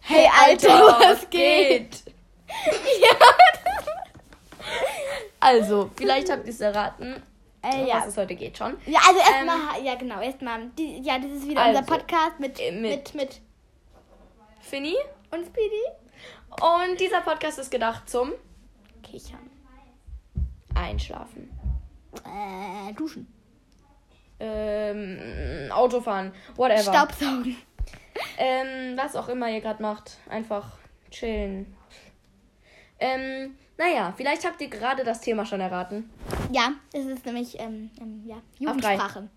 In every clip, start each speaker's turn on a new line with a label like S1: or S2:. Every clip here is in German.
S1: Hey Alter, was geht? Also, vielleicht habt ihr es erraten,
S2: Äh,
S1: um
S2: ja.
S1: was es heute geht schon.
S2: ja, also erstmal, ja genau, erstmal, die, ja, das ist wieder unser
S1: Also,
S2: Podcast mit,
S1: äh, mit-
S2: mit, mit,
S1: Finny.
S2: und Speedy.
S1: Und dieser Podcast ist gedacht zum
S2: Kichern.
S1: Einschlafen,
S2: Äh, duschen.
S1: ähm, Autofahren, whatever.
S2: Staubsaugen.
S1: Ähm, was auch immer ihr gerade macht, einfach chillen. Ähm, naja, vielleicht habt ihr gerade das Thema schon erraten.
S2: Ja, es ist nämlich, ähm, ähm ja,
S1: drei.
S2: Jugendsprache.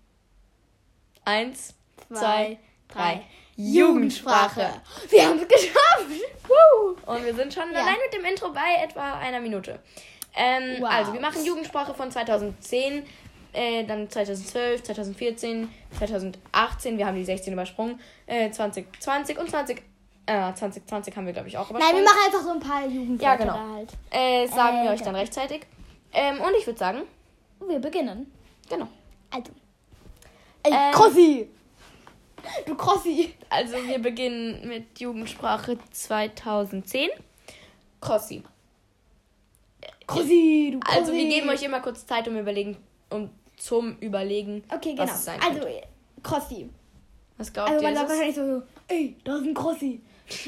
S1: Eins, zwei, drei.
S2: Jugendsprache. Wir haben es geschafft. Woo.
S1: Und wir sind schon
S2: Ja.
S1: allein mit dem Intro bei etwa einer Minute. Ähm,
S2: Wow.
S1: Also, wir machen Jugendsprache von 2010, äh, dann 2012, 2014, 2018. Wir haben die 16 übersprungen. Äh, 2020 und 20. Äh, 2020 haben wir, glaube ich, auch übersprungen.
S2: Nein, wir machen einfach so ein paar Jugendwörter
S1: Ja, genau.
S2: halt.
S1: Äh, sagen wir
S2: Äh,
S1: euch dann
S2: genau.
S1: rechtzeitig. Ähm, und ich würde sagen,
S2: Wir beginnen.
S1: genau.
S2: Also. Ey,
S1: Ähm.
S2: Crossi! Du Crossi!
S1: Also wir beginnen mit Jugendsprache 2010. Crossi.
S2: Crossi, du Crossi!
S1: Also wir geben euch immer kurz Zeit um überlegen, um zum Überlegen.
S2: Okay,
S1: was
S2: genau.
S1: es sein
S2: also,
S1: könnte.
S2: äh, Crossi.
S1: was glaubt
S2: Also,
S1: ihr?
S2: man
S1: Ist
S2: sagt wahrscheinlich
S1: es?
S2: so, ey, da ist ein Crossi.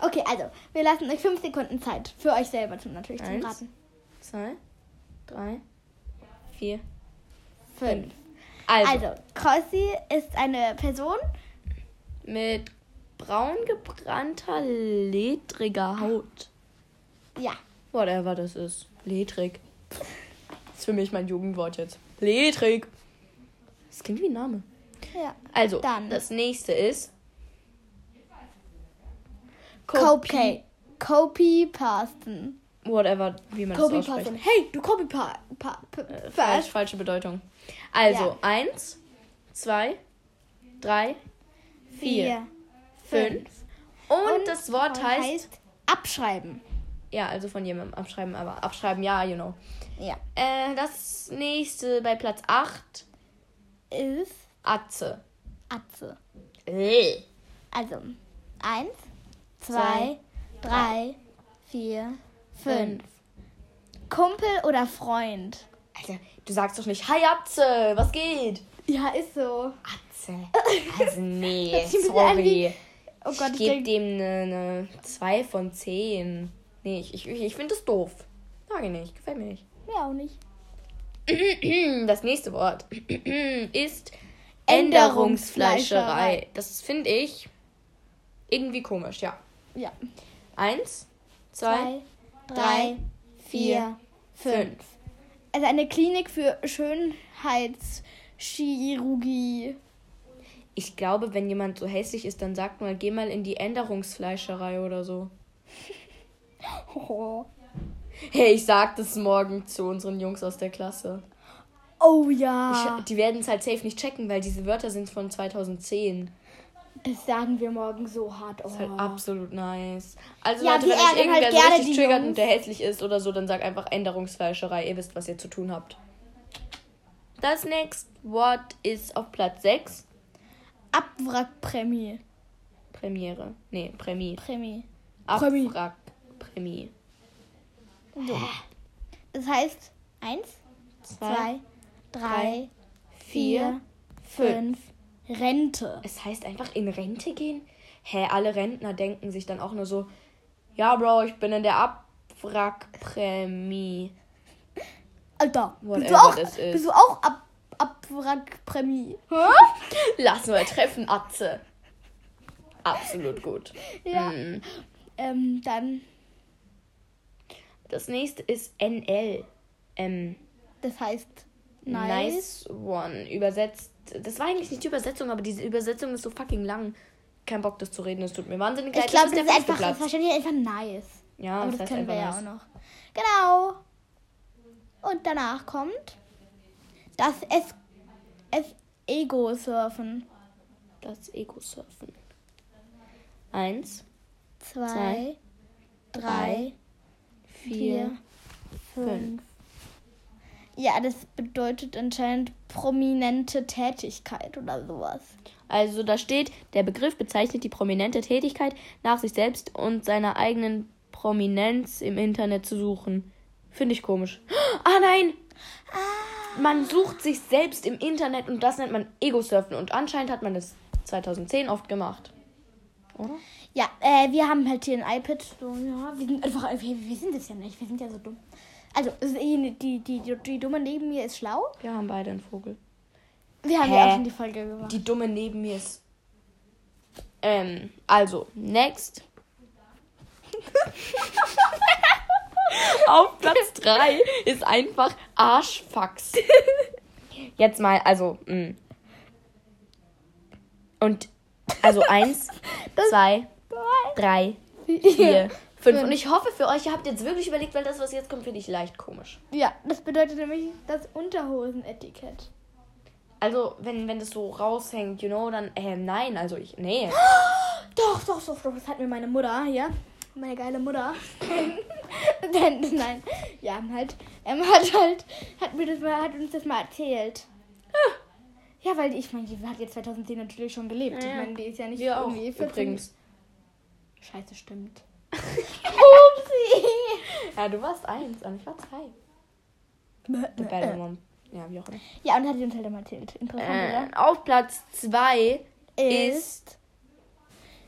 S2: okay, also, wir lassen euch fünf Sekunden Zeit. Für euch selber zum, natürlich
S1: Eins.
S2: zum Raten.
S1: Zwei, drei, vier,
S2: Fünf.
S1: Also,
S2: Also, Crossi ist eine Person.
S1: mit braun gebrannter, ledriger Haut.
S2: Ja.
S1: Whatever das ist. Ledrig. Das ist für mich mein Jugendwort jetzt. Ledrig. Das klingt wie ein Name.
S2: ja.
S1: Also,
S2: Dann.
S1: das nächste ist.
S2: Copy. Copy Pasten.
S1: Whatever, wie man
S2: Copy
S1: das ausspricht.
S2: Pasten. Hey, du Copy Pa. pa, pa, pa
S1: Äh, Falsch, falsche Bedeutung. Also,
S2: Ja.
S1: eins, zwei, drei, vier, fünf. Und, das Wort heißt,
S2: Abschreiben.
S1: Ja, also von jemandem abschreiben, aber abschreiben, ja, you know.
S2: Ja.
S1: Äh, das nächste bei Platz 8,
S2: Ist
S1: Atze.
S2: Atze.
S1: Äh.
S2: Also, eins,
S1: Zwei,
S2: zwei, drei, vier, fünf. Kumpel oder Freund?
S1: Alter, du sagst doch nicht, hi Atze, was geht?
S2: Ja, ist so.
S1: Atze. Also, nee,
S2: Hört sich ein bisschen an
S1: sorry.
S2: wie- Oh Gott,
S1: Ich
S2: ich
S1: gebe
S2: denk,
S1: dem eine 2 von 10. Nee, ich, ich, ich finde das doof. Mag ich nicht, gefällt mir nicht.
S2: mir auch nicht.
S1: Das nächste Wort ist Änderungsfleischerei.
S2: Änderungsfleischerei.
S1: Das finde ich irgendwie komisch, ja.
S2: Ja.
S1: Eins, zwei,
S2: Zwei, drei, vier, fünf.
S1: fünf.
S2: Also eine Klinik für Schönheitschirurgie.
S1: Ich glaube, wenn jemand so hässlich ist, dann sagt mal, geh mal in die Änderungsfleischerei oder so.
S2: Oh,
S1: Hey, ich sag das morgen zu unseren Jungs aus der Klasse.
S2: oh ja.
S1: Ich, die werden es halt safe nicht checken, weil diese Wörter sind von 2010.
S2: Das sagen wir morgen so hart. Oh.
S1: Ist halt absolut nice. Also
S2: Ja,
S1: Leute,
S2: die
S1: wenn euch
S2: ärgern
S1: irgendwer
S2: halt
S1: so
S2: gerne
S1: richtig
S2: die
S1: triggert
S2: Jungs.
S1: und der hässlich ist oder so, dann sag einfach Änderungsfleischerei. Ihr wisst, was ihr zu tun habt. Das nächste Wort ist auf Platz 6.
S2: Abwrackprämie.
S1: Premiere. Nee, Prämie.
S2: Prämie. Prämie.
S1: Abwrack. Prämie.
S2: Das heißt, eins, zwei, drei, vier, fünf. Rente.
S1: Es heißt einfach in Rente gehen? Hä, alle Rentner denken sich dann auch nur so, ja, Bro, ich bin in der Abwrackprämie.
S2: Alter, bist du
S1: Whatever
S2: auch,
S1: das ist.
S2: bist du auch Ab Abwrackprämie?
S1: Lass mal treffen, Atze. Absolut gut.
S2: Ja.
S1: Mm.
S2: Ähm, dann,
S1: Das nächste ist NL. Ähm,
S2: das heißt, nice.
S1: nice. one. Übersetzt. Das war eigentlich nicht die Übersetzung, aber diese Übersetzung ist so fucking lang. Kein Bock, das zu reden. Das tut mir wahnsinnig leid.
S2: Ich glaube,
S1: ist
S2: das
S1: der
S2: ist
S1: fünfte
S2: einfach, das
S1: Platz.
S2: ist wahrscheinlich einfach nice.
S1: Ja,
S2: Aber
S1: das,
S2: das
S1: heißt
S2: können wir
S1: einfach
S2: ja
S1: nice.
S2: auch noch. Genau. Und danach kommt das es, es Ego surfen.
S1: Das Ego-Surfen. Eins, Zwei,
S2: Zwei, drei,
S1: vier,
S2: fünf. Ja, das bedeutet anscheinend prominente Tätigkeit oder sowas.
S1: Also da steht, der Begriff bezeichnet die prominente Tätigkeit, nach sich selbst und seiner eigenen Prominenz im Internet zu suchen. Finde ich komisch. Ah nein! Man sucht sich selbst im Internet und das nennt man Ego-Surfen. Und anscheinend hat man das 2010 oft gemacht. Oder?
S2: Ja, äh, wir haben halt hier ein iPad. So, ja, wir sind einfach, äh, wir, wir sind das ja nicht, wir sind ja so dumm. Also, es ist eh nicht- die, die, die, die Dumme neben mir ist schlau.
S1: Wir haben beide einen Vogel.
S2: Wir haben
S1: Hä?
S2: ja auch schon die Folge gemacht.
S1: Die Dumme neben mir ist... Ähm, also, next. Auf Platz 3 ist einfach Arschfax. Jetzt mal, also... Mh. Und, also eins, zwei, drei, vier, fünf. Und ich hoffe für euch, ihr habt jetzt wirklich überlegt, weil das, was jetzt kommt, finde ich leicht komisch.
S2: Ja, das bedeutet nämlich das Unterhosenetikett.
S1: Also, wenn, wenn das so raushängt, you know, dann, äh, nein, also ich, nee.
S2: Doch, doch, doch, doch, das hat mir meine Mutter, ja. Meine geile Mutter. nein, nein. Ja, halt. Ähm, hat halt, hat mir das mal, hat uns das mal erzählt. Ja, weil die- ich meine, die hat jetzt 2010 natürlich schon gelebt.
S1: Ja,
S2: Ich
S1: ja.
S2: meine, die ist ja nicht
S1: Wir auch,
S2: irgendwie 14.
S1: übrigens.
S2: Scheiße, stimmt. Upsi!
S1: Ja, du warst eins und ich war zwei. Wir beide waren, ja, wie auch immer.
S2: Ja, und hat die uns halt mal erzählt.
S1: Äh,
S2: Interessant,
S1: auf Platz zwei
S2: oder?
S1: Äh, ist...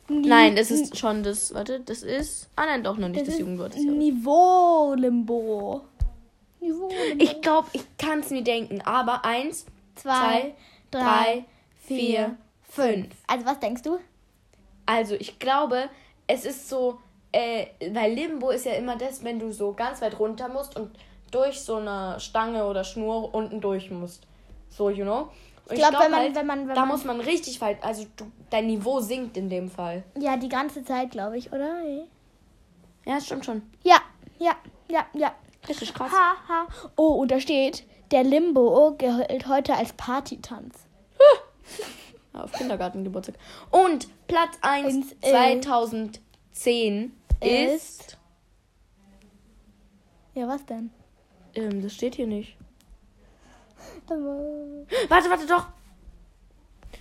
S1: Nein, das ist schon das, warte, das ist... Ah nein, doch noch nicht
S2: Das
S1: das,
S2: ist
S1: Jugendwort. des Jahres.
S2: Niveau-Limbo. Niveau-Limbo.
S1: Ich glaube, ich kann es mir denken, aber eins,
S2: zwei,
S1: drei, vier, fünf.
S2: Also was denkst du?
S1: Also, ich glaube, es ist so, äh, weil Limbo ist ja immer das, wenn du so ganz weit runter musst und durch so eine Stange oder Schnur unten durch musst. So, you know? Und
S2: Ich glaub, wenn man-
S1: halt,
S2: wenn man- wenn
S1: da
S2: man-
S1: muss man richtig weit, also du, dein Niveau sinkt in dem Fall.
S2: Ja, die ganze Zeit, glaube ich, oder?
S1: Ja, stimmt schon.
S2: Ja, ja, ja, ja.
S1: Richtig krass.
S2: Ha, ha. Oh, und da steht, der Limbo gilt heute als Partytanz.
S1: Auf Kindergartengeburtstag. Und Platz 1
S2: Eins, äh,
S1: 2010 ist.
S2: Ja, was denn?
S1: ähm, das steht hier nicht.
S2: Äh,
S1: Warte, warte, doch.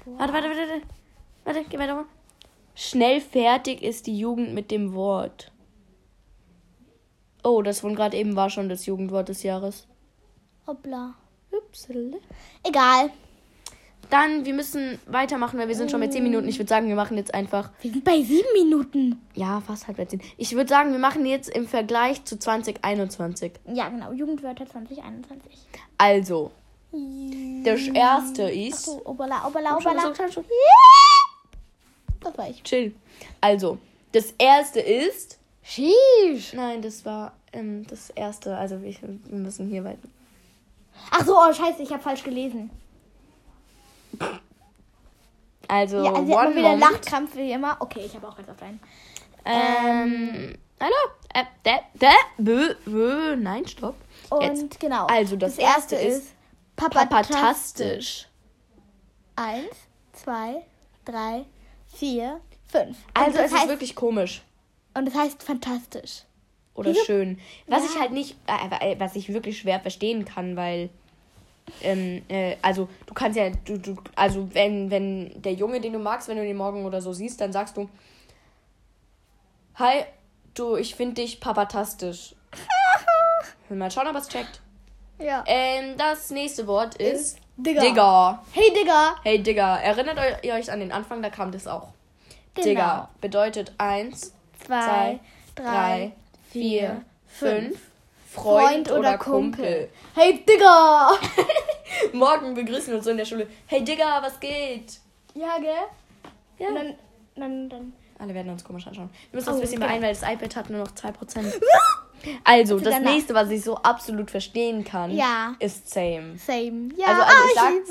S1: Warte, warte, warte, warte. Warte, geh weiter. Schnell fertig ist die Jugend mit dem Wort. Oh, das von gerade eben war schon das Jugendwort des Jahres.
S2: Hoppla.
S1: Upsele.
S2: Egal.
S1: Dann, wir müssen weitermachen, weil wir sind schon bei 10 Minuten. Ich würde sagen, wir machen jetzt einfach.
S2: Wir sind bei sieben Minuten.
S1: Ja, fast halb bei 10. Ich würde sagen, wir machen jetzt im Vergleich zu 2021.
S2: Ja, genau. Jugendwörter 2021.
S1: Also, das erste ist.
S2: So, obala, obala,
S1: Schon
S2: obala.
S1: gesagt, schon gesagt.
S2: Das war ich.
S1: Chill. Also, das erste ist.
S2: Sheesh.
S1: Nein, das war ähm, das erste. Also, wir, wir müssen hier weiter.
S2: Ach so, oh, scheiße, ich habe falsch gelesen.
S1: Also,
S2: ja, sie hat
S1: one
S2: mal wieder
S1: moment.
S2: Lachkrampf wie immer. Okay, ich habe auch ganz oft einen.
S1: Ähm, hallo. Äh, dä, dä, bö, bö. Nein, stopp.
S2: Und
S1: Jetzt.
S2: genau.
S1: Also, das erste ist
S2: Papa,
S1: Papatastisch.
S2: Eins, zwei, drei, vier, fünf. Und
S1: Also,
S2: das
S1: es ist
S2: heißt,
S1: wirklich komisch.
S2: Und das heißt fantastisch.
S1: Oder
S2: Wieso?
S1: schön. Was
S2: Ja.
S1: ich halt nicht, äh, was ich wirklich schwer verstehen kann, weil, ähm, äh, also du kannst ja, du, du, also wenn, wenn der Junge, den du magst, wenn du ihn morgen oder so siehst, dann sagst du, hi, du, ich finde dich papatastisch. Mal schauen, ob er es checkt.
S2: Ja.
S1: Ähm, das nächste Wort ist,
S2: Ist Digga.
S1: Digga.
S2: Hey, Digga.
S1: Hey Digga, erinnert eu- ihr euch an den Anfang, da kam das auch.
S2: Genau.
S1: Digga bedeutet eins,
S2: Zwei,
S1: drei,
S2: drei,
S1: vier,
S2: vier,
S1: fünf,
S2: Freund oder Kumpel. Hey, Digga.
S1: Morgen begrüßen wir uns so in der Schule. Hey Digga, was geht?
S2: ja, gell?
S1: Ja.
S2: Und dann, dann, dann.
S1: Alle werden uns komisch anschauen. Wir müssen uns
S2: Oh,
S1: ein bisschen
S2: genau.
S1: beeilen, weil das iPad hat nur noch 2%. Also, das
S2: danach.
S1: nächste, was ich so absolut verstehen kann,
S2: Ja.
S1: ist Same.
S2: Same. Ja,
S1: Also,
S2: ah,
S1: also ich
S2: liebe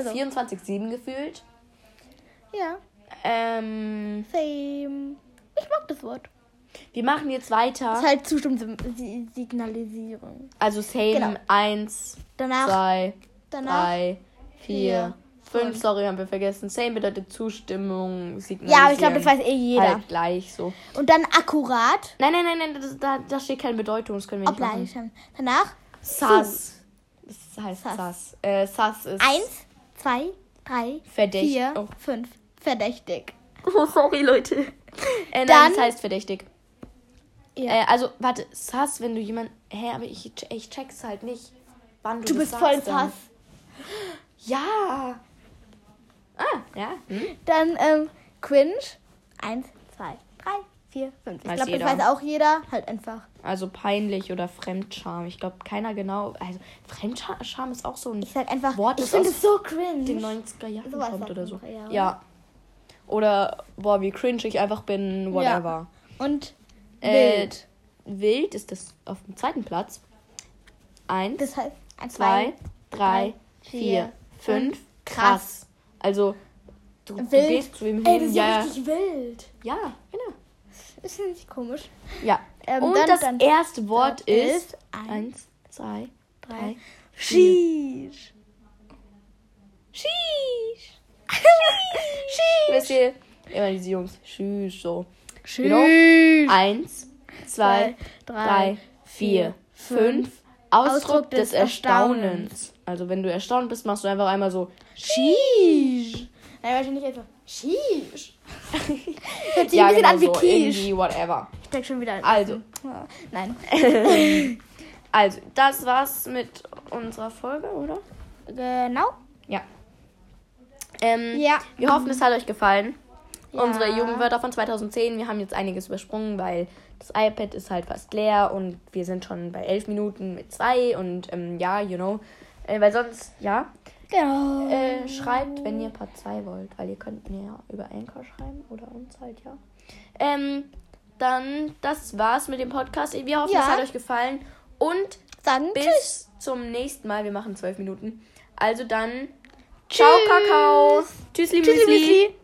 S1: sag
S2: es. Also,
S1: Same 24-7 gefühlt.
S2: Ja,
S1: Ähm,
S2: same. Ich mag das Wort.
S1: wir machen jetzt weiter.
S2: Das ist halt Zustimmungssignalisierung.
S1: Also Same
S2: Genau.
S1: 1,
S2: Danach,
S1: 2,
S2: danach.
S1: 3, 4,
S2: vier,
S1: 5.
S2: fünf.
S1: Sorry, haben wir vergessen. Same bedeutet Zustimmung, Signalisieren.
S2: Ja, aber ich glaube, das weiß eh jeder.
S1: Halt gleich so.
S2: Und dann akkurat.
S1: Nein, nein, nein, nein, das, da, da steht keine Bedeutung, das können wir nicht
S2: Obla,
S1: machen.
S2: ich hab- Danach.
S1: Sass. Das heißt
S2: Hm. Sass.
S1: Sass. Äh, Sass ist.
S2: Eins, zwei, drei,
S1: Verdächtig.
S2: vier,
S1: Oh.
S2: fünf. Verdächtig.
S1: Oh, sorry, Leute. Äh, nein,
S2: Dann-
S1: das heißt verdächtig.
S2: Ja.
S1: Äh, also, warte, Sass, wenn du jemand. Hä, aber ich, ich check's halt nicht. Wann du
S2: Du
S1: das
S2: bist voll
S1: sagst dann.
S2: sass.
S1: Ja. Ah, ja. Hm?
S2: Dann ähm, cringe. Eins, zwei, drei, vier, fünf. Ich
S1: Weiß
S2: glaube, das
S1: jeder.
S2: weiß auch jeder. Halt einfach.
S1: Also peinlich oder Fremdscham. Ich glaube, keiner genau. Also, Fremdscham ist auch so ein
S2: Ich sag einfach,
S1: Wort,
S2: ich
S1: das
S2: finde
S1: aus
S2: es so cringe.
S1: den 90er Jahren
S2: Sowas
S1: kommt
S2: sagt
S1: oder
S2: man
S1: so.
S2: doch eher, oder?
S1: ja. Oder, boah, wie cringe ich einfach bin, whatever.
S2: Und
S1: Äh,
S2: wild.
S1: Wild ist das auf dem zweiten Platz. Eins,
S2: Das heißt, eins,
S1: zwei, drei, vier, fünf. Krass. Also, du, du
S2: Wild.
S1: gehst zu ihm hin.
S2: Ey, das ist ja,
S1: ja, ja.
S2: richtig wild.
S1: ja, genau.
S2: Ist das nicht komisch?
S1: Ja.
S2: Ähm,
S1: Und
S2: dann-
S1: das
S2: dann-
S1: erste Wort
S2: dann
S1: ist,
S2: ist eins,
S1: eins, zwei, drei.
S2: Sheesh.
S1: Sheesh.
S2: Sheesh.
S1: Wisst ihr, immer diese Jungs. Sheesh, so.
S2: Sheesh.
S1: Eins, zwei, drei, vier, fünf. Ausdruck des Erstaunens. Also, wenn du erstaunt bist, machst du einfach einmal so.
S2: Sheesh. Nein, wahrscheinlich einfach. Sheesh. Hört sich
S1: ja,
S2: ein bisschen
S1: genau
S2: an wie
S1: so.
S2: Quiche.
S1: Irgendwie, whatever.
S2: Ich denke schon wieder an.
S1: Also.
S2: Ja, Nein.
S1: Also, das war's mit unserer Folge, oder?
S2: Genau.
S1: Ja. Ähm,
S2: Ja.
S1: Wir hoffen, es hat euch gefallen.
S2: Ja.
S1: Unsere Jugendwörter von 2010. Wir haben jetzt einiges übersprungen, weil das iPad ist halt fast leer und wir sind schon bei elf Minuten mit zwei und ähm, ja, you know. Äh, weil sonst, ja.
S2: Genau.
S1: Äh, schreibt, wenn ihr Part 2 wollt, weil ihr könnt mir ja über Anchor schreiben oder uns halt, ja. Ähm, dann, das war's mit dem Podcast. Wir hoffen,
S2: Ja.
S1: es hat euch gefallen und
S2: Dann tschüss.
S1: bis zum nächsten Mal. Wir machen zwölf Minuten. Also dann, ciao Kakao. Tschüss, liebe
S2: Tschüssi,
S1: Müsli.
S2: Müsli.